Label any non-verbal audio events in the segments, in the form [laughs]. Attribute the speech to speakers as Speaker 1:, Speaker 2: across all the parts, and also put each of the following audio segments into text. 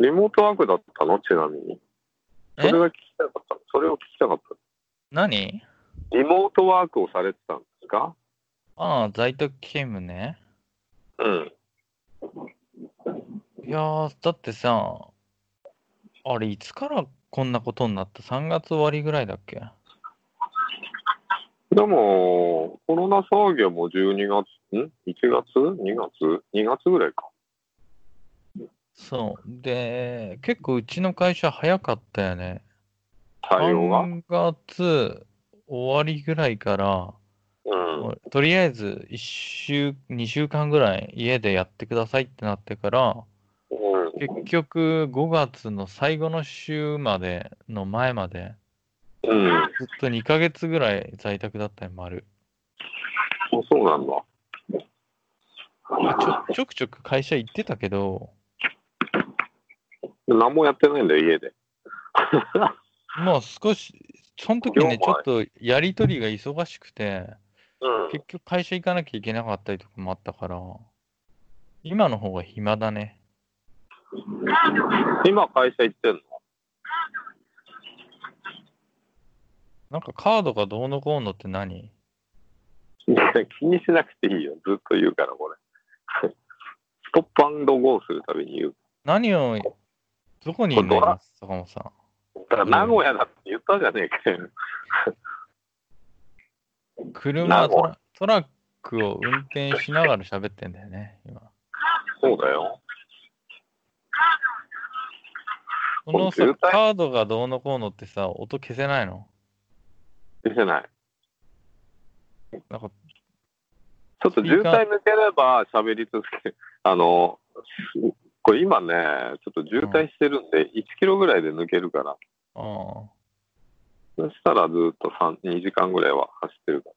Speaker 1: リモートワークだったのちなみに。それが聞きたかったの。それを聞きたかっ
Speaker 2: 何
Speaker 1: た。リモートワークをされてたんですか
Speaker 2: ああ、在宅勤務ね。
Speaker 1: うん。
Speaker 2: いやー、だってさ、あれ、いつからこんなことになった ?3 月終わりぐらいだっけ
Speaker 1: でも、コロナ騒ぎはもう12月、ん ?1 月 ?2 月 ?2 月ぐらいか。
Speaker 2: そう。で、結構うちの会社早かったよね。
Speaker 1: 対応が。
Speaker 2: 3月終わりぐらいから、
Speaker 1: うん。
Speaker 2: とりあえず1週、2週間ぐらい家でやってくださいってなってから、
Speaker 1: うん。
Speaker 2: 結局5月の最後の週までの前まで、
Speaker 1: うん。
Speaker 2: ずっと2ヶ月ぐらい在宅だったよ、丸。
Speaker 1: そうなんだ。
Speaker 2: まあ、ちょちょくちょく会社行ってたけど、
Speaker 1: 何もやってないんだよ、家で。
Speaker 2: まあ少し、その時ね、ち
Speaker 1: 業
Speaker 2: ょっとやりとりが忙しくて、
Speaker 1: うん。
Speaker 2: 結局会社行かなきゃいけなかったりとかもあったから、今の方が暇だね。
Speaker 1: 今、会社行ってんの [laughs]
Speaker 2: なんかカードがどうのこうのって何
Speaker 1: いや気にしなくていいよ。ずっと言うから、これ。 [laughs] ストップゴーするたびに言う。
Speaker 2: 何を、どこにいるの
Speaker 1: これ
Speaker 2: 今坂本さん。
Speaker 1: だから名古屋だって言ったじゃねえかよ。
Speaker 2: 車
Speaker 1: 名
Speaker 2: ト
Speaker 1: 古
Speaker 2: ラ、トラックを運転しながら喋ってんだよね、今。
Speaker 1: そうだよ。
Speaker 2: このさ
Speaker 1: これ渋滞
Speaker 2: カードがどうのこうのってさ、音消せないの
Speaker 1: 出せない。
Speaker 2: なんか、
Speaker 1: ちょっと渋滞抜ければ喋り続ける。あの、これ今ね、ちょっと渋滞してるんで、1キロぐらいで抜けるから。
Speaker 2: あ
Speaker 1: そしたらずっと3 2時間ぐらいは走ってるか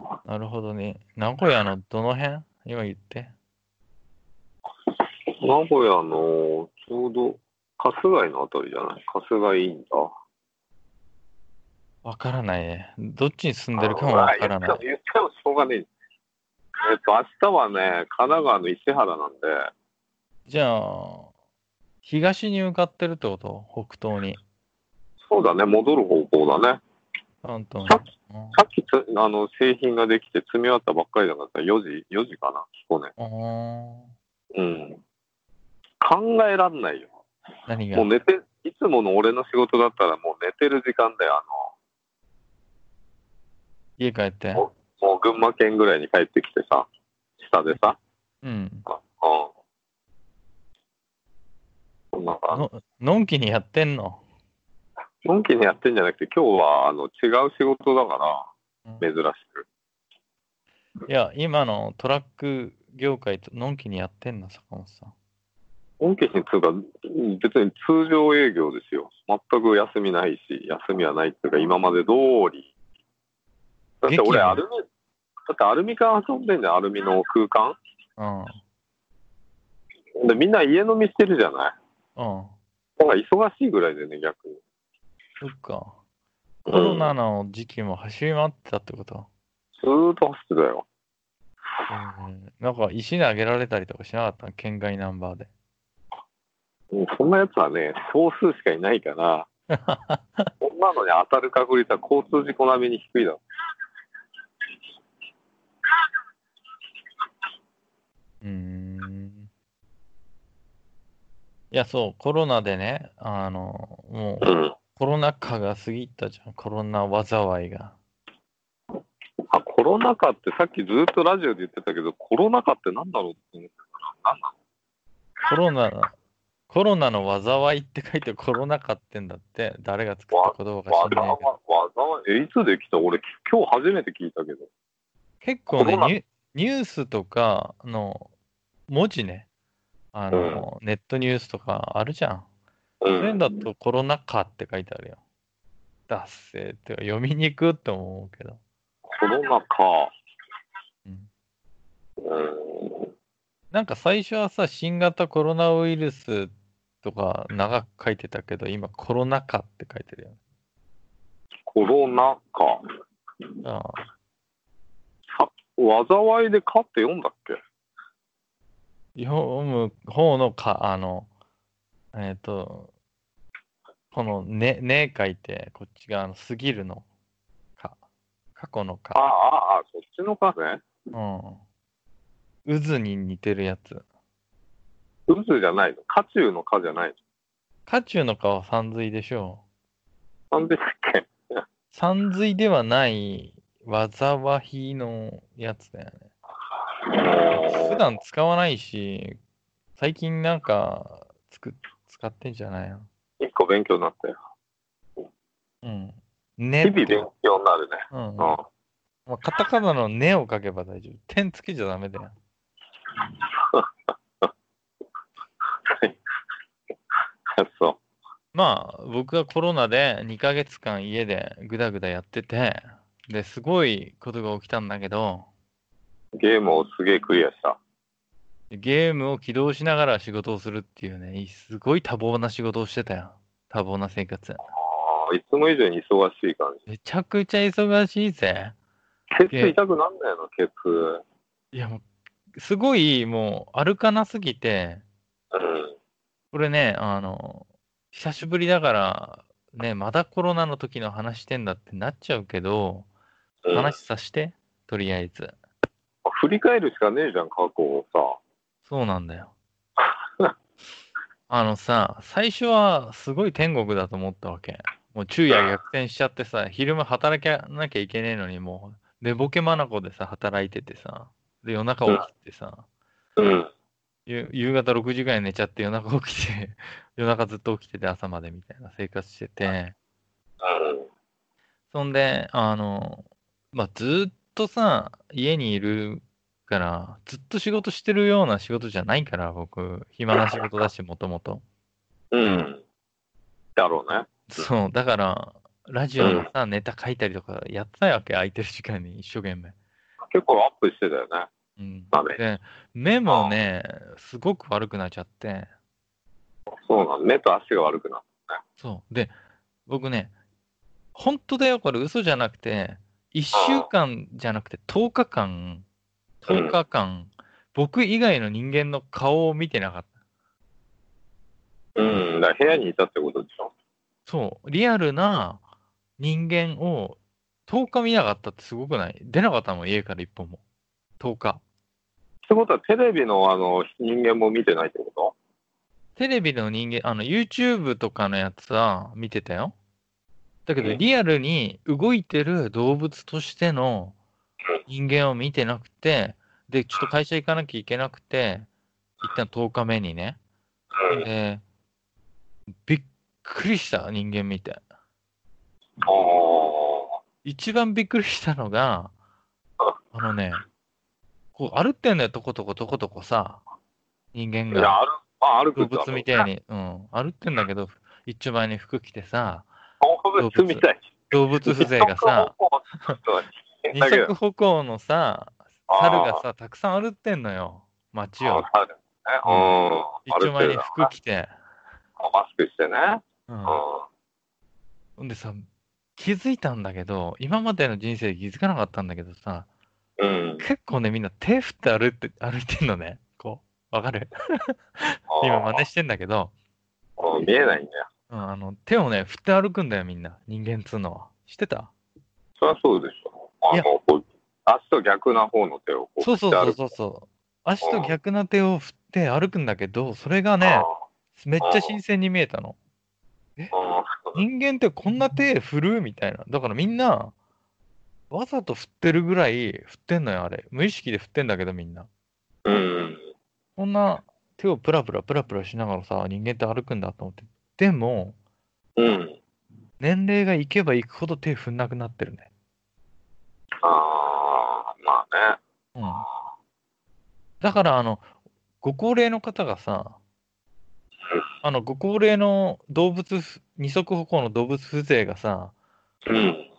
Speaker 2: あ、なるほどね。名古屋のどの辺今言って。
Speaker 1: ら。名古屋のちょうど春日井のあたりじゃない春日井インター。
Speaker 2: わからないね。どっちに住んでるかもわからな
Speaker 1: あ
Speaker 2: い。
Speaker 1: 言っても言ってもしょうがねえ。えっと、明日はね、神奈川の伊勢原なんで、
Speaker 2: じゃあ、東に向かってるってこと北東に。
Speaker 1: そうだね、戻る方向だね。
Speaker 2: 関東に
Speaker 1: さ。
Speaker 2: うん
Speaker 1: さっきつあの製品ができて積み終わったばっかりだから4時、4時かな、彦根。
Speaker 2: あー
Speaker 1: うん。考えらんないよ。
Speaker 2: 何
Speaker 1: も
Speaker 2: が
Speaker 1: う寝て、いつもの俺の仕事だったらもう寝てる時間だよ。
Speaker 2: 家帰って。
Speaker 1: あの、もう群馬県ぐらいに帰ってきてさ、下でさ。
Speaker 2: うん。
Speaker 1: うん。そんな感じ
Speaker 2: ののんきにやってんの
Speaker 1: のんきにやってんじゃなくて、今日はあの違う仕事だから、
Speaker 2: う
Speaker 1: 珍しく。
Speaker 2: いや、今のトラック業界とのんきにやってんの坂本さん。
Speaker 1: 本気につうか、うん別に通常営業ですよ。全く休みないし、休みはないっていうか、今まで通り。だって
Speaker 2: 激
Speaker 1: 俺、
Speaker 2: 務
Speaker 1: アルミ、だってアルミ缶遊んでんじゃん、アルミの空間。
Speaker 2: うん。
Speaker 1: で、みんな家飲みしてるじゃない。
Speaker 2: うん。
Speaker 1: なんか忙しいぐらいでね、逆に。
Speaker 2: そっか。
Speaker 1: う
Speaker 2: コ
Speaker 1: ん
Speaker 2: ロナの時期も走り回ってたってこと、
Speaker 1: ずーっと走ってたよ。
Speaker 2: うんなんか石投げられたりとかしなかったの県外ナンバーで。
Speaker 1: もうそんなやつはね、少数しかいないから、 [laughs] そんなのに当たる確率は交通事故並みに低いだろ
Speaker 2: うーん。いや、そう、コロナでね、あの、も
Speaker 1: う。
Speaker 2: う
Speaker 1: うん。
Speaker 2: コロナ禍が過ぎたじゃん、コロナ災いが。
Speaker 1: あコロナ禍ってさっきずっとラジオで言ってたけどコロナ禍ってなんだろうって思って
Speaker 2: コロナの、コロナの災いって書いてコロナ禍ってんだって、誰が作った言葉か
Speaker 1: わざ
Speaker 2: 知らない
Speaker 1: わ
Speaker 2: けど。
Speaker 1: ざわざえいつできた俺今日初めて聞いたけど
Speaker 2: 結構ね
Speaker 1: コロナ
Speaker 2: ニュ、ニュースとかの文字ね、あの、ネットニュースとかあるじゃん。
Speaker 1: う
Speaker 2: そういうんんだとコロナ禍って書いてあるよ。達成ってか読みにくって思うけど。
Speaker 1: コロナ禍
Speaker 2: うん
Speaker 1: うん
Speaker 2: なんか最初はさ、新型コロナウイルスとか長く書いてたけど、今コロナ禍って書いてるよね。
Speaker 1: コロナ禍
Speaker 2: ああ
Speaker 1: 災いで「か」って読んだっけ
Speaker 2: 読む方のか、あの、えっ、と、このね、ね書いて、こっち側の過ぎるのか。過去の
Speaker 1: ああ、
Speaker 2: か。
Speaker 1: ああ、そっちのかね。
Speaker 2: うん。渦に似てるやつ。
Speaker 1: 渦じゃないの。渦中の渦じゃないの。
Speaker 2: 渦中のかは三髄でしょ
Speaker 1: なんでしたっけ
Speaker 2: う。三髄ではない災いのやつだよね。普段使わないし、最近なんかつく使ってんじゃないの
Speaker 1: 一個勉強になったよ。
Speaker 2: うん。
Speaker 1: 日
Speaker 2: ね
Speaker 1: 々勉強になるね。
Speaker 2: うん。
Speaker 1: うん。
Speaker 2: まあ、カタカナのねを書けば大丈夫。点つけちゃダメだよ。
Speaker 1: そ
Speaker 2: まあ、僕がコロナで2ヶ月間家でぐだぐだやってて、で、すごいことが起きたんだけど、
Speaker 1: う。ゲームをすげえクリアした。
Speaker 2: ゲームを起動しながら仕事をするっていうね、すごい多忙な仕事をしてたよ。多忙な生活。
Speaker 1: ああ、いつも以上に忙しい感じ。
Speaker 2: めちゃくちゃ忙しいぜ。
Speaker 1: ケツ痛くなんないの、ケツ。
Speaker 2: いや、もう、すごい、もう、歩かなすぎて、
Speaker 1: うん。
Speaker 2: これね、あの、久しぶりだから、ね、まだコロナの時の話してんだってなっちゃうけど、
Speaker 1: うん
Speaker 2: 話さして、とりあえず。
Speaker 1: 振り返るしかねえじゃん、過去をさ。
Speaker 2: そうなん
Speaker 1: [laughs]
Speaker 2: だよ。あのさ、最初はすごい天国だと思ったわけ。もう昼夜逆転しちゃってさ、昼間働かなきゃいけねえのに、もう、寝ぼけ眼でさ、働いててさ、で、夜中起きてさ、
Speaker 1: うん。
Speaker 2: ゆ夕方6時ぐらいに寝ちゃって夜中起きて、 [laughs] 夜中ずっと起きてて朝までみたいな生活してて、そんで、あの、まあ、ずっとさ、家にいるから、ずっと仕事してるような仕事じゃないから、僕、暇な仕事だし、もともと。
Speaker 1: うん。うん。だろうね。
Speaker 2: そう、だから、ラジオのさ、ネタ書いたりとかやってたわけ、空いてる時間に一生懸命。
Speaker 1: 結構アップしてたよね。
Speaker 2: うん
Speaker 1: ダメ。
Speaker 2: で、目もね、すごく悪くなっちゃって、
Speaker 1: そうなの。目と足が悪くなっ
Speaker 2: そう。で、僕ね、本当だよ、これ嘘じゃなくて、1週間じゃなくて10日間、
Speaker 1: うん
Speaker 2: 10日間、僕以外の人間の顔を見てなかっ
Speaker 1: た。
Speaker 2: た。
Speaker 1: うん。だから部屋にいたってことでしょ。
Speaker 2: そう、リアルな人間を10日見なかったってすごくない出なかったもん、家から一歩も。10日。
Speaker 1: ってことはテレビのあの人間も見てないってこ
Speaker 2: テレビの人間、あの、YouTube とかのやつは見てたよ。だけど、
Speaker 1: うん
Speaker 2: リアルに動いてる動物としての人間を見てなくて、で、ちょっと会社行かなきゃいけなくて、一旦10日目にね。
Speaker 1: とうん。
Speaker 2: で、びっくりした、人間見て。
Speaker 1: あ
Speaker 2: 一番びっくりしたのが、あのね、こう歩ってんだよ、とことことことこさ、人間
Speaker 1: あ。い
Speaker 2: が。
Speaker 1: や、ある、あ、歩く
Speaker 2: 動
Speaker 1: ってある
Speaker 2: 物みたいに、うん、歩ってんだけど、一丁前に服着てさ、
Speaker 1: 動物みたい。
Speaker 2: 動物風情がさ、
Speaker 1: [laughs]
Speaker 2: 二
Speaker 1: だけど
Speaker 2: 足歩行のさ、猿がさ、たくさん歩ってんのよ、街を。
Speaker 1: あ猿ねうん。
Speaker 2: 一丁
Speaker 1: 歩いて
Speaker 2: 前
Speaker 1: る
Speaker 2: に
Speaker 1: な
Speaker 2: 服着て。
Speaker 1: マスクしてね。
Speaker 2: うん
Speaker 1: うん。
Speaker 2: ほんでさ、気づいたんだけど、今までの人生で気づかなかったんだけどさ、
Speaker 1: うん。
Speaker 2: 結構ね、みんな手振って歩いて、歩いてんのね。こう、わかる今真似してんだけど、
Speaker 1: うん見えないんだよ。
Speaker 2: うん、あの手をね、振って歩くんだよ、みんな。人間っつうのは。知ってた
Speaker 1: そりゃそうでしょ。あ
Speaker 2: いや
Speaker 1: の、こう足と逆な方の手をこう
Speaker 2: そうそうそうそううそう。足と逆な手を振って歩くんだけど、それがね、めっちゃ新鮮に見えたの。人間ってこんな手振るみたいな。だからみんな、わざと振ってるぐらい振ってんのよ、あれ。無意識で振ってんだけど、みんな。
Speaker 1: うん。
Speaker 2: こんな手をプラプラプラプラしながらさ、人間って歩くんだと思って。でも、
Speaker 1: うん。
Speaker 2: 年齢がいけばいくほど手振んなくなってるね。
Speaker 1: ああ、まあね。
Speaker 2: うん。だから、あの、ご高齢の方がさ、あの、ご高齢の動物ふ、二足歩行の動物風情がさ、
Speaker 1: うん。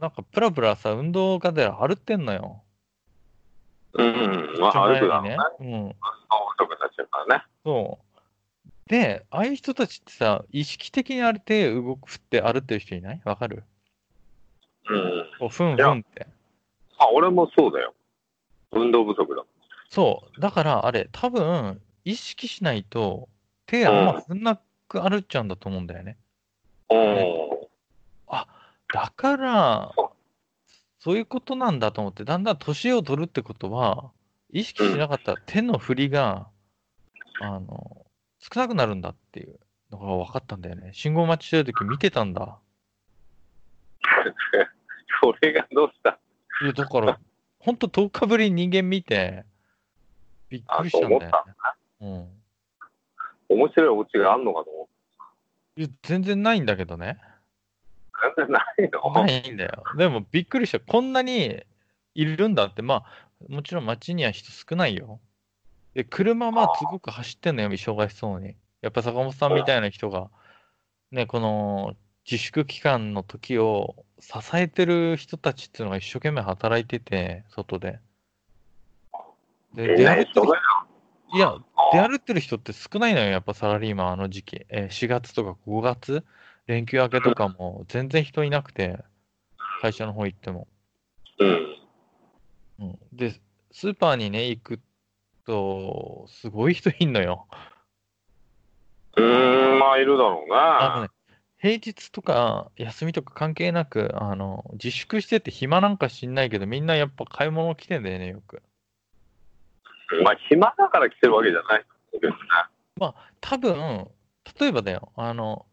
Speaker 2: なんかプラプラさ、運動家で歩ってんのよ。
Speaker 1: うん。まあ、歩くだろうね。
Speaker 2: 一丁前にね。うん。
Speaker 1: 顔太くなっちゃうからね。
Speaker 2: そう。で、ああいう人たちってさ、意識的にあれ手動く振って歩ってる人いないわかる
Speaker 1: うん。
Speaker 2: こう、ふんふんって。
Speaker 1: あ、俺もそうだよ。運動不足だ。
Speaker 2: そう。だから、あれ、多分、意識しないと、手あんま振んなく歩っちゃうんだと思うんだよね。
Speaker 1: お
Speaker 2: だから、そういうことなんだと思って、だんだん年を取るってことは、意識しなかった手の振りが、あの、少なくなるんだっていうのが分かったんだよね。信号待ちしてるとき見てたんだ。
Speaker 1: それがどうした
Speaker 2: いや、だから、ほんと10日ぶりに人間見て、びっくりしたんだよね
Speaker 1: あそ。
Speaker 2: うん。
Speaker 1: 面白いお家があんのかと思っ
Speaker 2: いや全然ないんだけどね。
Speaker 1: た全然ないの、
Speaker 2: ないんだよ。でもびっくりした。こんなにいるんだって、まあ、もちろん街には人少ないよ。で、車まあ、すごく走ってんのよ、忙しそうに。やっぱ坂本さんみたいな人が、ね、この自粛期間の時を支えてる人たちっていうのが一生懸命働いてて、外で。で、出歩いてる
Speaker 1: それ
Speaker 2: いや、出歩ってる人って少ないのよ、やっぱサラリーマン、あの時期。えー4月とか5月、連休明けとかも全然人いなくて、会社の方行っても。
Speaker 1: うん。
Speaker 2: うん、で、スーパーにね、行くと、すごい人いんのよ。
Speaker 1: うーん、まあ、いるだろう
Speaker 2: あの
Speaker 1: な
Speaker 2: ね。、平日とか休みとか関係なく、あの、自粛してて暇なんかしんないけど、みんなやっぱ買い物来てんだよね、よく。
Speaker 1: まあ、暇だから来てるわけじゃないけどね。
Speaker 2: 多分、例えばだよ、あの、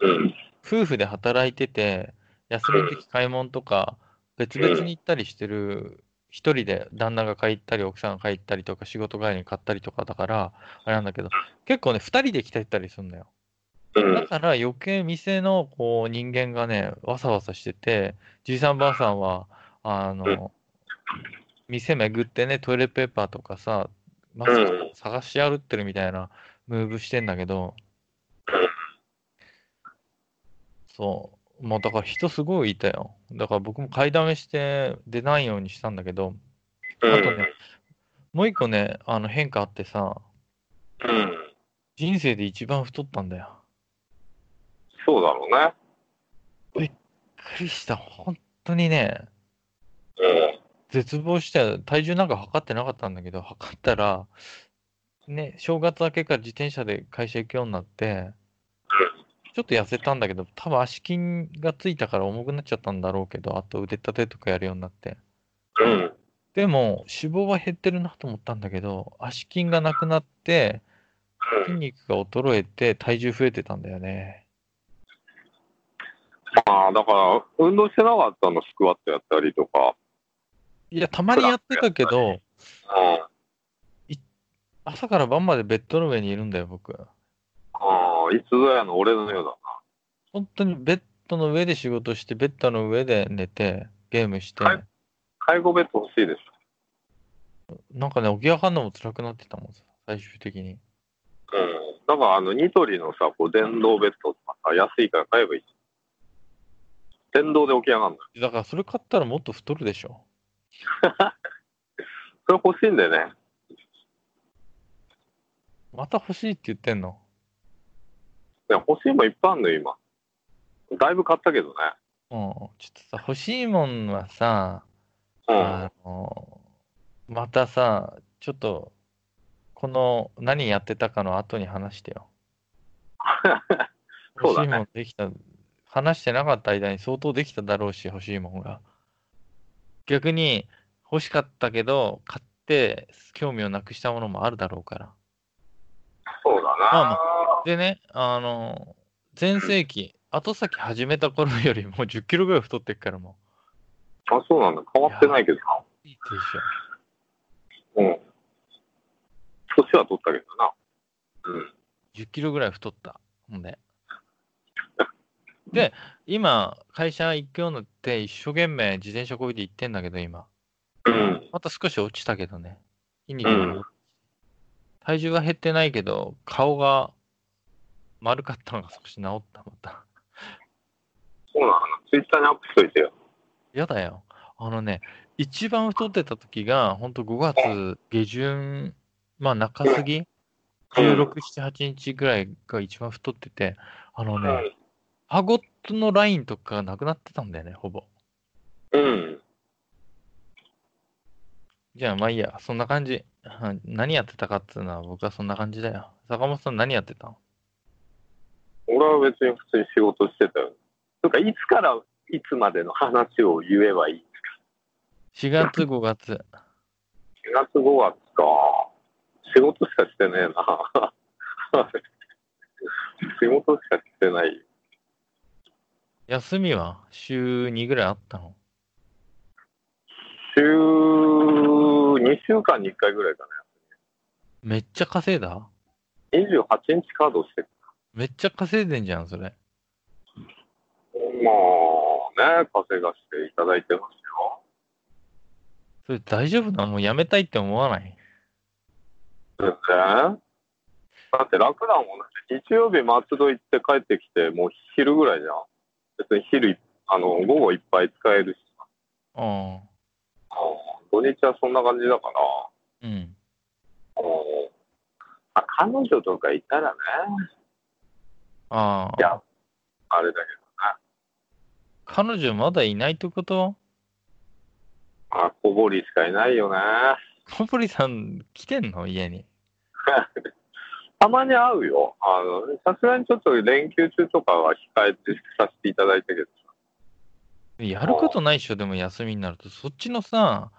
Speaker 1: うん。
Speaker 2: 夫婦で働いてて、休みの時買い物とか、別々に行ったりしてる、一人で旦那が買い行ったり、奥さんが買い行ったりとか、仕事帰りに買ったりとかだから、あれなんだけど、結構ね、二人で来たり行ったりするんだよ。
Speaker 1: うん
Speaker 2: だ。から余計店のこう人間がね、わさわさしてて、じいさんばあさんは、あの、店巡ってね、トイレットペーパーとかさ、マスク
Speaker 1: うん
Speaker 2: 探し歩ってるみたいなムーブしてんだけど、そう、もうだから人すごいいたよ。だから僕も買いだめして出ないようにしたんだけど、あ
Speaker 1: うん
Speaker 2: とね、もう一個ね、あの変化あってさ、
Speaker 1: うん。
Speaker 2: 人生で一番太ったんだよ。
Speaker 1: そうだろうね。
Speaker 2: びっくりした、本当にね、
Speaker 1: うん。
Speaker 2: 絶望して、体重なんか測ってなかったんだけど、測ったら、ね、正月明けから自転車で会社行くようになって、ちょっと痩せたんだけど、多分足筋がついたから重くなっちゃったんだろうけど、あと腕立てとかやるようになって。
Speaker 1: うん。
Speaker 2: でも、脂肪は減ってるなと思ったんだけど、足筋がなくなって、筋肉が衰えて、体重増えてたんだよね。
Speaker 1: まあ、だから、運動してなかったの、スクワットやったりとか。
Speaker 2: いや、たまにやってたけど、
Speaker 1: うん。
Speaker 2: 朝から晩までベッドの上にいるんだよ、僕。
Speaker 1: ああ、いつぞやの俺のようだ
Speaker 2: 本当にベッドの上で仕事して、ベッドの上で寝て、ゲームして、
Speaker 1: はい介護ベッド欲しいです。
Speaker 2: なんかね、起き上がるのも辛くなってたもん、最終的に。
Speaker 1: うん。だから、あの、ニトリのさ、こう、電動ベッドとかさ、安いから買えばいい。電動で起き上がるのよ。
Speaker 2: だからそれ買ったらもっと太るでしょ。
Speaker 1: それ欲しいんだよね。
Speaker 2: また欲しいって言ってんの。
Speaker 1: いや欲しいもんいっぱいあんのよ、今。だいぶ買ったけどね。
Speaker 2: うん、ちょっとさ、欲しいもんはさ、
Speaker 1: うん。
Speaker 2: あの、またさ、ちょっと、この何やってたかの後に話して
Speaker 1: [laughs]
Speaker 2: よ。
Speaker 1: そう
Speaker 2: 欲し
Speaker 1: だ
Speaker 2: い
Speaker 1: ね
Speaker 2: もんできた、話してなかった間に相当できただろうし、欲しいもんが。逆に、欲しかったけど、買って興味をなくしたものもあるだろうから。
Speaker 1: そうだな、
Speaker 2: まあまでね、あの、前世紀、後先始めた頃よりもう10キロぐらい太ってっからも
Speaker 1: あ。そうなんだ。変わってないけどな。
Speaker 2: う。いいでしょ。
Speaker 1: うん。年は取ったけどな。うん。
Speaker 2: 10キロぐらい太った。ほ
Speaker 1: [laughs]
Speaker 2: んで。で、今、会社行くようになって、一生懸命自転車こいで行ってんだけど、今。
Speaker 1: うん。
Speaker 2: また少し落ちたけどね。筋肉も、
Speaker 1: うん
Speaker 2: 体重は減ってないけど、顔が丸かったのが少し治った、また。
Speaker 1: そうなの。ツイッターにアップしといてよ。
Speaker 2: やだよ。あのね、一番太ってた時が、ほんと5月下旬、まあ中過ぎ、16、7、8日ぐらいが一番太ってて、あのね、顎のラインとかなくなってたんだよね、ほぼ。
Speaker 1: うん。
Speaker 2: じゃあ、まあいいや、そんな感じ。うん何やってたかっていうのは、僕はそんな感じだよ。坂本さん何やってたの
Speaker 1: 俺は別に普通に仕事してたよ。なんか、いつからいつまでの話を言えばいいんで
Speaker 2: 4月、5月。
Speaker 1: すか ?4 月、5月か。仕事しかしてねえな。 [laughs] 仕事しかしてない。
Speaker 2: 休みは週2ぐらいあったの
Speaker 1: 週、2週間に1回ぐらいか
Speaker 2: めっちゃ稼いだ
Speaker 1: ね。28日カードしてる。
Speaker 2: めっちゃ稼いでんじゃん、それ。
Speaker 1: まあね、稼がしていただいてますよ。
Speaker 2: それ大丈夫なのもうやめたいって思わない
Speaker 1: 全然。だって楽だもんね。日曜日松戸行って帰ってきて、もう昼ぐらいじゃん。別に昼い、あの、午後いっぱい使えるし。
Speaker 2: うん。
Speaker 1: 土日はそんな感じだから。
Speaker 2: うん。
Speaker 1: うんあ彼女とかいたらね、
Speaker 2: あ
Speaker 1: い
Speaker 2: あ。
Speaker 1: やあれだけ
Speaker 2: 彼女まだいないってこと
Speaker 1: ど、あ、小堀しかいないよね。
Speaker 2: 小堀さん来てんの家に。
Speaker 1: たまに会うよ。あの、さすがにちょっと連休中とかは控えてさせていただいたけど
Speaker 2: やることないっしょ、でも休みになると。そっちのさ、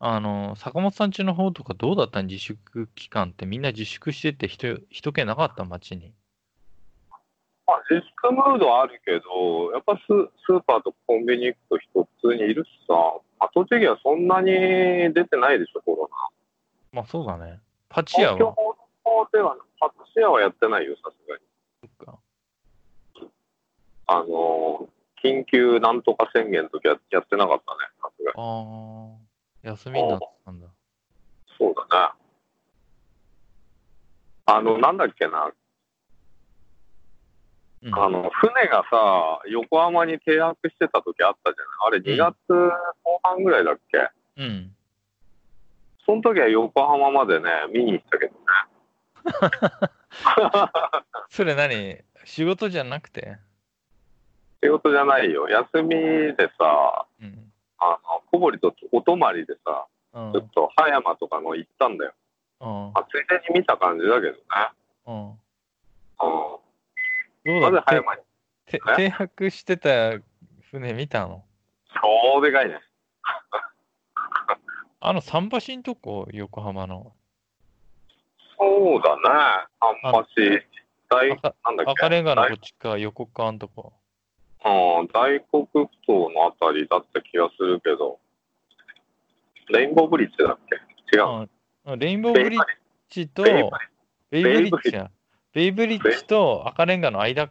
Speaker 2: あの、坂本さんちの方とかどうだったん自粛期間ってみんな自粛してて人、人気なかった街に。
Speaker 1: まあ、自粛ムードはあるけど、やっぱススーパーとかコンビニ行くと人普通にいるしさ、まあ、栃木はそんなに出てないでしょ、コロナ。
Speaker 2: まあそうだね。パチ屋
Speaker 1: 東京
Speaker 2: は。
Speaker 1: 法では、パトシアはやってないよ、さすがに。
Speaker 2: そっか
Speaker 1: あのー、緊急なんとか宣言の時はやってなかったね、さすがに。
Speaker 2: ああ、休みになったんだ。
Speaker 1: そうだね。あの、なんだっけな、
Speaker 2: うん、
Speaker 1: あの、船がさ、横浜に停泊してた時あったじゃない。あれ、2月後半ぐらいだっけ、
Speaker 2: うん。
Speaker 1: その時は横浜までね、見に行ったけどね。
Speaker 2: それ何仕事じゃなくて
Speaker 1: 仕事じゃないよ。休みでさ、
Speaker 2: うん。
Speaker 1: あの、小堀とお泊まりでさ、
Speaker 2: うん
Speaker 1: ちょ。っと葉山とかの行ったんだよ。
Speaker 2: うん。
Speaker 1: まあ、ついでに見た感じだけどね。
Speaker 2: うん。
Speaker 1: う
Speaker 2: ど
Speaker 1: ん。
Speaker 2: う
Speaker 1: まず
Speaker 2: だ
Speaker 1: 葉山に。
Speaker 2: て停泊してた船見たの
Speaker 1: 超でかいね。
Speaker 2: あの桟橋んとこ横浜の
Speaker 1: そうだね。桟橋。大、
Speaker 2: 赤
Speaker 1: なんだっけ
Speaker 2: 赤。レンガのこっちか横側んとこ
Speaker 1: うん、大黒ふ頭のあたりだった気がするけど。レインボーブリッジだっけ違う。
Speaker 2: うんレインボー
Speaker 1: レイ
Speaker 2: ブ
Speaker 1: ンボ
Speaker 2: リッ
Speaker 1: ー
Speaker 2: ジと
Speaker 1: レインボー
Speaker 2: ベイブリッジやベイブリッジと赤レンガの間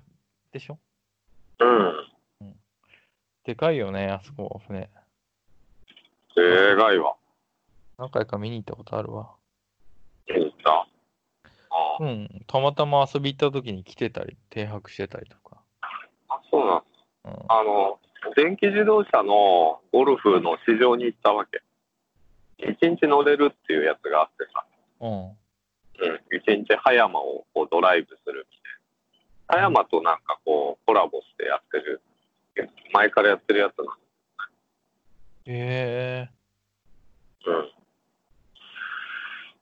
Speaker 2: でしょ
Speaker 1: うん。
Speaker 2: でかいよねあそこ船
Speaker 1: でかいわ。
Speaker 2: 何回か見に行ったことあるわ
Speaker 1: 見に行った。ああ
Speaker 2: うんたまたま遊び行った時に来てたり停泊してたりとか、
Speaker 1: あそうなん
Speaker 2: うん、
Speaker 1: あの、電気自動車のゴルフの市場に行ったわけ。一日乗れるっていうやつがあってさ、
Speaker 2: うん
Speaker 1: うん、一日葉山をこうドライブするみたいな。葉山となんかこうコラボしてやってる、前からやってるやつな
Speaker 2: え
Speaker 1: の。うん。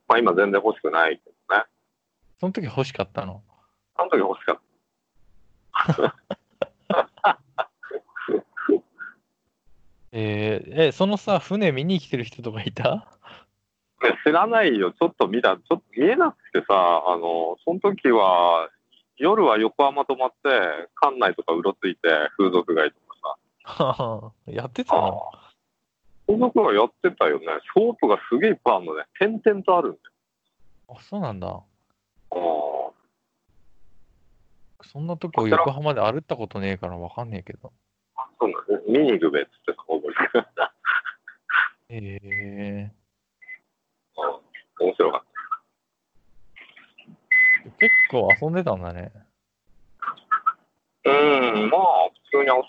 Speaker 1: まあ今全然欲しくないけどね。
Speaker 2: ー、その時欲しかったの
Speaker 1: あの時欲しかった。
Speaker 2: えー、えそのさ船見に来てる人とかいた [laughs]
Speaker 1: ね知らないよ、ちょっと見た、ちょっと見えなくてさ、あの、その時は、夜は横浜泊まって、館内とかうろついて、風俗街とか
Speaker 2: やってた
Speaker 1: さ、
Speaker 2: の
Speaker 1: 風俗街やってたよね。ショープがすげえいっぱいあるのね。点々とあるんだ
Speaker 2: あそうなんだ
Speaker 1: よ。
Speaker 2: そんなとこ横浜で歩ったことねえからわかんねえけど
Speaker 1: ああ、そうなんだ、ね。見に行くべっつってさ、大森君
Speaker 2: へえ
Speaker 1: うん面白かっ
Speaker 2: 結構遊んでたんだね
Speaker 1: た。うん、まあ、普通に遊ん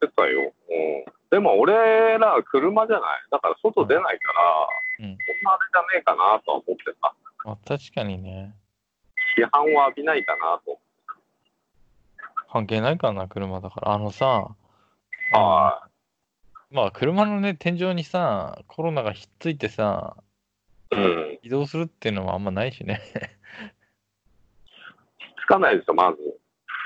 Speaker 1: でたよ。うん。でも俺ら車じゃない。だから外出ないから、
Speaker 2: う
Speaker 1: そ
Speaker 2: ん
Speaker 1: んなあれじゃねえかなとは思ってた。
Speaker 2: まあ確かにね
Speaker 1: 批判は浴びないかなと。
Speaker 2: 関係ないからな車だからあのさあの
Speaker 1: はい。
Speaker 2: まあ車のね天井にさコロナがひっついてさ
Speaker 1: うん。
Speaker 2: 移動するっていうのはあんまないしね
Speaker 1: つかないですよ、まず。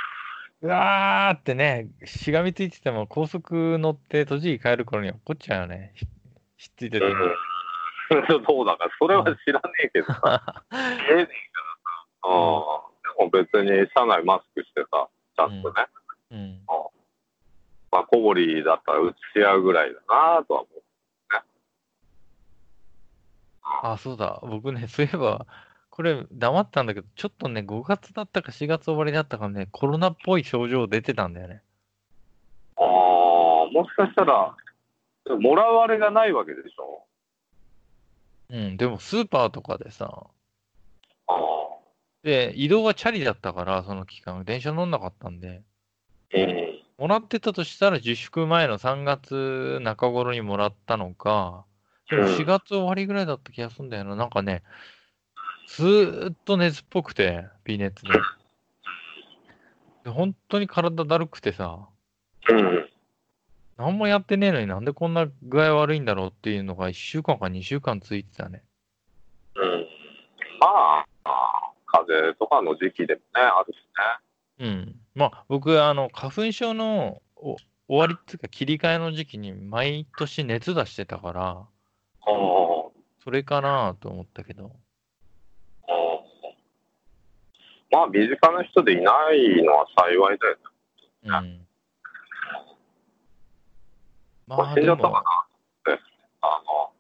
Speaker 2: [laughs] うわーってね、しがみついてても高速乗って栃木帰る頃には怒っちゃうよね。ひひっついてて。
Speaker 1: うん。 [laughs] そうだから、それは知らねえけどさ。
Speaker 2: [laughs]
Speaker 1: 見えねえからさ。うん。でも別に車内マスクしてさ、ちゃんとね。
Speaker 2: うん。
Speaker 1: まあ、小堀だったら打ち合うぐらいだなとは思う。
Speaker 2: あ、そうだ。僕ね、 [laughs] そういえば、これ黙ったんだけど、ちょっとね、5月だったか4月終わりだったかね、コロナっぽい症状出てたんだよね。
Speaker 1: ああ、もしかしたら、もらわれがないわけでしょ。
Speaker 2: うん。でもスーパーとかでさ、
Speaker 1: ああ。
Speaker 2: で、移動はチャリだったから、その期間、電車乗んなかったんで、
Speaker 1: うん。
Speaker 2: もらってたとしたら自粛前の3月中頃にもらったのか、でも
Speaker 1: うん
Speaker 2: 4月終わりぐらいだった気がするんだよな。なんかね、ずーっと熱っぽくて、微熱で。で本当に体だるくてさ、
Speaker 1: うん。
Speaker 2: 何もやってねえのになんでこんな具合悪いんだろうっていうのが1週間か2週間ついてたね。
Speaker 1: うん。まあ、風邪とかの時期でもね、あるし
Speaker 2: うん。まあ、僕、あの、花粉症のお終わりっていうか切り替えの時期に毎年熱出してたから、
Speaker 1: ね。うん。
Speaker 2: それかなと思ったけど。
Speaker 1: まあ、身近な人でいないのは幸いだよね。
Speaker 2: うん。ま
Speaker 1: まあ、
Speaker 2: あ
Speaker 1: 死ん
Speaker 2: で
Speaker 1: じゃったか
Speaker 2: も
Speaker 1: な、って、あの、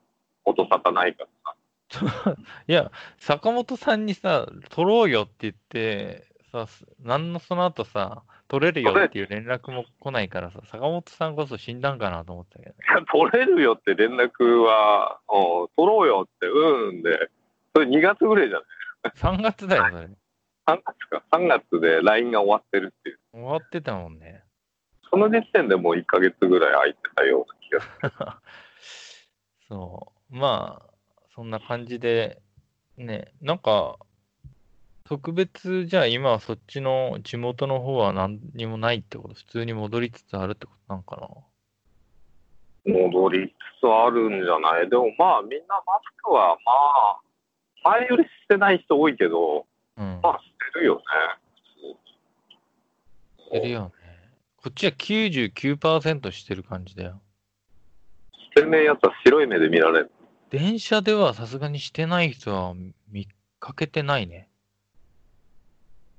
Speaker 1: 音沙汰ないから [laughs] さ。
Speaker 2: いや、坂本さんにさ、取ろうよって言って、さ、すなんのその後さ、取れるよっていう連絡も来ないからさ、坂本さんこそ死んだんかなと思ったけどね。
Speaker 1: いや取れるよって連絡は、うん、取ろうよって、うんで、それ2月ぐらいじゃ
Speaker 2: 3月だよ、そ
Speaker 1: な
Speaker 2: れ。
Speaker 1: い ?3 月か、3月で LINE が終わってるっていう。
Speaker 2: 終わってたもんね。
Speaker 1: その時点でもう1ヶ月ぐらい空いてたような気がする。
Speaker 2: そう。まあ、そんな感じで、ね、なんか、特別、じゃあ今はそっちの地元の方は何にもないってこと、普通に戻りつつあるってことなんかな。
Speaker 1: 戻りつつあるんじゃないでもまあ、みんなマスクは、まあ、前よりしてない人多いけど、
Speaker 2: うん
Speaker 1: ま。あ、してるよね。
Speaker 2: してるよね。こっちは99%してる感じだよ。
Speaker 1: してねえやつは白い目で見られる。
Speaker 2: 電車ではさすがにしてない人は見かけてないね。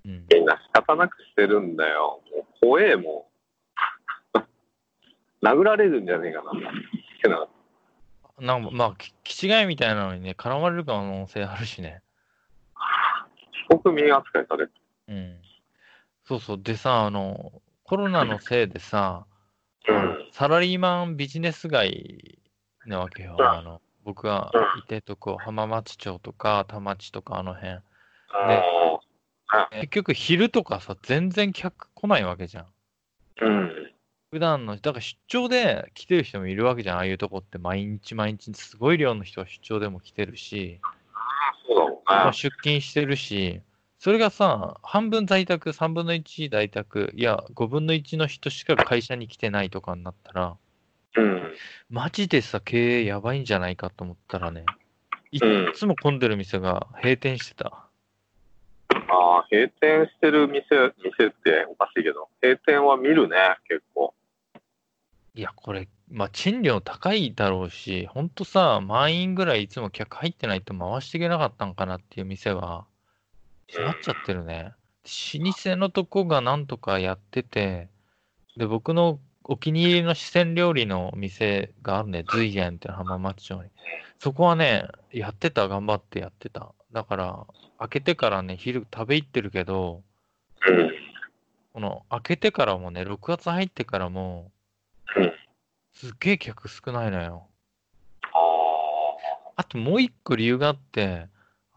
Speaker 2: うん。
Speaker 1: みんな仕方なくしてるんだよ。もう怖え、もう。殴られるんじゃねえかな。ってな
Speaker 2: なんか、まあ、き気違いみたいなのにね、絡まれる可能性あるしね。
Speaker 1: 被告民扱いされる。
Speaker 2: うん。そうそう。でさ、あの、コロナのせいでさ、
Speaker 1: うん。
Speaker 2: サラリーマンビジネス街なわけよ。
Speaker 1: うん
Speaker 2: あの、僕がいてるとこ、浜松町とか、田町とか、あの辺。結局、昼とかさ、全然客来ないわけじゃん。
Speaker 1: うん。
Speaker 2: 普段の、だから出張で来てる人もいるわけじゃん、ああいうとこって毎日毎日すごい量の人は出張でも来てるし、
Speaker 1: そうだ
Speaker 2: ま
Speaker 1: ろ
Speaker 2: あ、出勤してるし、それがさ、半分在宅、3分の1在宅、いや、5分の1の人しか会社に来てないとかになったら、
Speaker 1: うね。うん。
Speaker 2: マジでさ、経営やばいんじゃないかと思ったらね、いっ
Speaker 1: うん
Speaker 2: つも混んでる店が閉店してた。
Speaker 1: ああ、閉店してる店、店っておかしいけど、閉店は見るね、結構。
Speaker 2: いや、これ、まあ、賃料高いだろうし、ほんとさ、満員ぐらいいつも客入ってないと回していけなかったんかなっていう店は、閉まっちゃってるね。老舗のとこがなんとかやってて、で、僕のお気に入りの四川料理のお店があるね、随園って浜松町に。そこはね、やってた、頑張ってやってた。だから、開けてからね、昼食べ行ってるけど、
Speaker 1: うん。
Speaker 2: この開けてからもね、6月入ってからも
Speaker 1: うん、
Speaker 2: すっげえ客少ないのよ。
Speaker 1: あ
Speaker 2: あともう一個理由があって、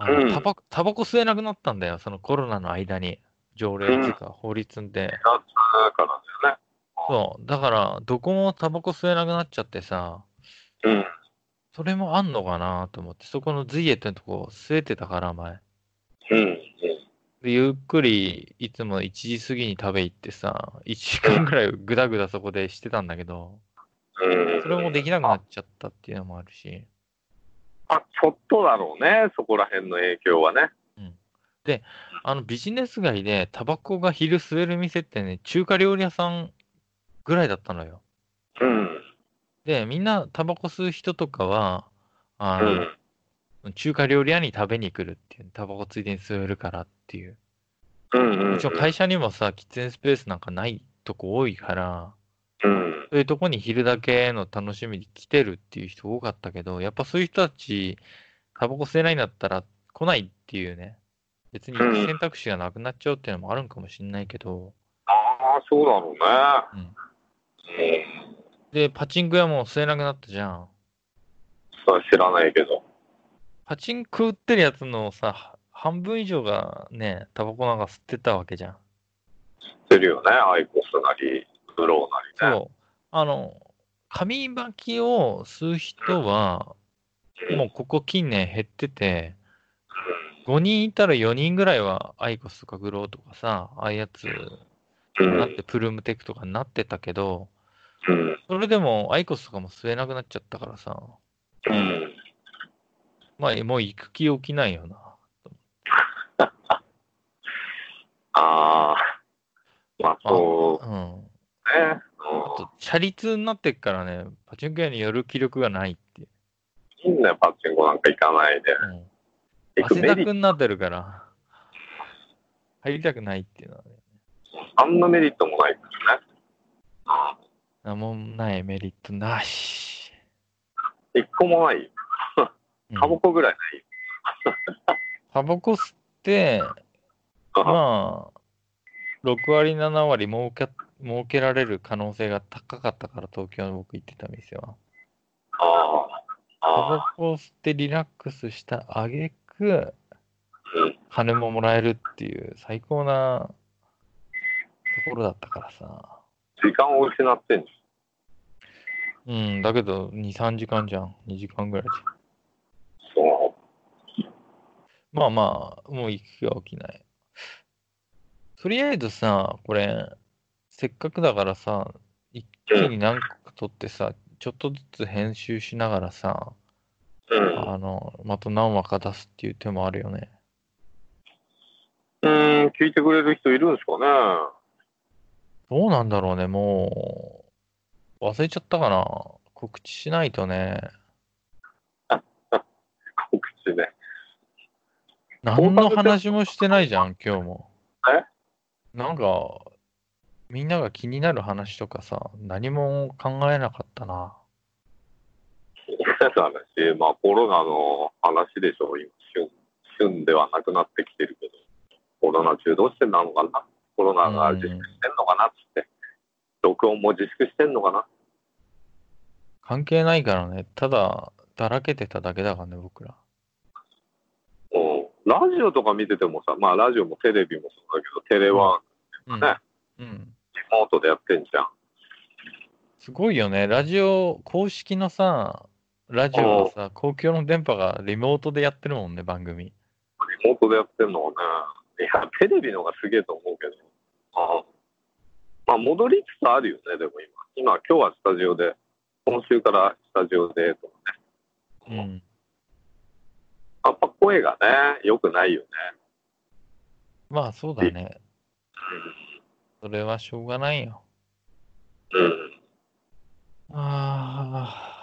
Speaker 2: あの
Speaker 1: うん
Speaker 2: タバコタバコ吸えなくなったんだよ、そのコロナの間に。条例っていうか法律で。
Speaker 1: あ、だからだよね。
Speaker 2: そう。だから、どこもタバコ吸えなくなっちゃってさ、
Speaker 1: うん。
Speaker 2: それもあんのかなと思って、そこのズイエってとこ吸えてたから、前。
Speaker 1: うん。
Speaker 2: でゆっくり、いつも1時過ぎに食べ行ってさ、1時間ぐらいぐだぐだそこでしてたんだけど、
Speaker 1: うん。うん
Speaker 2: それもできなくなっちゃったっていうのもあるし。
Speaker 1: あ、ちょっとだろうね、そこら辺の影響はね。
Speaker 2: うんで、あのビジネス街でタバコが昼吸える店ってね、中華料理屋さんぐらいだったのよ。
Speaker 1: うん。
Speaker 2: で、みんなタバコ吸う人とかは、あ
Speaker 1: う
Speaker 2: の、
Speaker 1: ん。
Speaker 2: 中華料理屋に食べに来るっていう、タバコついでに吸えるからっていう。
Speaker 1: うん。うん。
Speaker 2: うちの会社にもさ、喫煙スペースなんかないとこ多いから、
Speaker 1: うん。
Speaker 2: そういうとこに昼だけの楽しみに来てるっていう人多かったけど、やっぱそういう人たち、タバコ吸えないんだったら来ないっていうね、別に
Speaker 1: うん
Speaker 2: 選択肢がなくなっちゃうっていうのもあるんかもしんないけど、
Speaker 1: ああ、そうだろう
Speaker 2: うん、
Speaker 1: ね。うん。
Speaker 2: で、パチンコ屋も吸えなくなったじゃん。
Speaker 1: それは知らないけど。
Speaker 2: パチンコ売ってるやつのさ、半分以上がね、タバコなんか吸ってたわけじゃん。
Speaker 1: してるよね。アイコスなり、ブローなりね。
Speaker 2: そう。あの、紙巻きを吸う人は、もうここ近年減ってて、5人いたら4人ぐらいはアイコスとかグローとかさ、ああいうやつ
Speaker 1: う
Speaker 2: になっ
Speaker 1: ん。
Speaker 2: てプルームテックとかになってたけど、
Speaker 1: うん。
Speaker 2: それでもアイコスとかも吸えなくなっちゃったからさ、
Speaker 1: うん。
Speaker 2: まあもう行く気起きないよな。
Speaker 1: ああ。まあ、そ
Speaker 2: うん。
Speaker 1: うね。
Speaker 2: あと、車立になってっからね、パチンコ屋に寄る気力がないっていう。
Speaker 1: うん。いいんだよ、パチンコなんか行かないで。
Speaker 2: うん
Speaker 1: 行く
Speaker 2: 汗
Speaker 1: メ
Speaker 2: だ
Speaker 1: リット、
Speaker 2: くになってるから、入りたくないっていうのはね、
Speaker 1: あんなメリットもないからね。あ
Speaker 2: なんもないメリットなし。
Speaker 1: 一個もないよ。
Speaker 2: うん
Speaker 1: タバコぐらいないよ。
Speaker 2: タバコ吸って、まあ、6割、7割儲け儲けられる可能性が高かったから、東京の僕行ってた店は。
Speaker 1: ああ。
Speaker 2: タ
Speaker 1: ああ。
Speaker 2: バコを吸ってリラックスしたあげく
Speaker 1: うん、
Speaker 2: 金ももらえるっていう最高なところだったからさ。
Speaker 1: 時間を失ってんじ
Speaker 2: うん、だけど、2、3時間じゃん。2時間ぐらいじゃん。
Speaker 1: ゃん。そ
Speaker 2: まあまあ、もう行く気が起きない。とりあえずさ、これ、せっかくだからさ、一気に何個か撮ってさ、ちょっとずつ編集しながらさ、
Speaker 1: う。うん。
Speaker 2: あの、また何話か出すっていう手もあるよね。
Speaker 1: うーん、聞いてくれる人いるんですかね。
Speaker 2: どうなんだろうね、もう、忘れちゃったかな。告知しないとね。
Speaker 1: 告知ね。 [laughs]
Speaker 2: 何の話もしてないじゃん、今日も。
Speaker 1: え
Speaker 2: なんか、みんなが気になる話とかさ、何も考えなかったな。
Speaker 1: 嫌な話、まあコロナの話でしょう、今、旬旬ではなくなってきてるけど、コロナ中どうしてんのかな、コロナが自粛してんのかなっつって、録音も自粛してんのかな、
Speaker 2: 関係ないからね、ただ、だらけてただけだからね、僕ら。
Speaker 1: うん、ラジオとか見ててもさ、まあラジオもテレビもそうだけど、テレワーク、
Speaker 2: うん
Speaker 1: ね。
Speaker 2: うん。
Speaker 1: リモートでやってんじゃん。
Speaker 2: すごいよね、ラジオ、公式のさ、ラジオはさ、公共の電波がリモートでやってるもんね、番組。
Speaker 1: リモートでやってんのかね。いや、テレビのがすげえと思うけど。ああまあ、戻りつつあるよね、でも今。今、今日はスタジオで、今週からスタジオでとか
Speaker 2: う
Speaker 1: ね。
Speaker 2: ん。
Speaker 1: やっぱ声がね、良くないよね。
Speaker 2: まあ、そうだね。それはしょうがないよ。
Speaker 1: うん。
Speaker 2: ああ。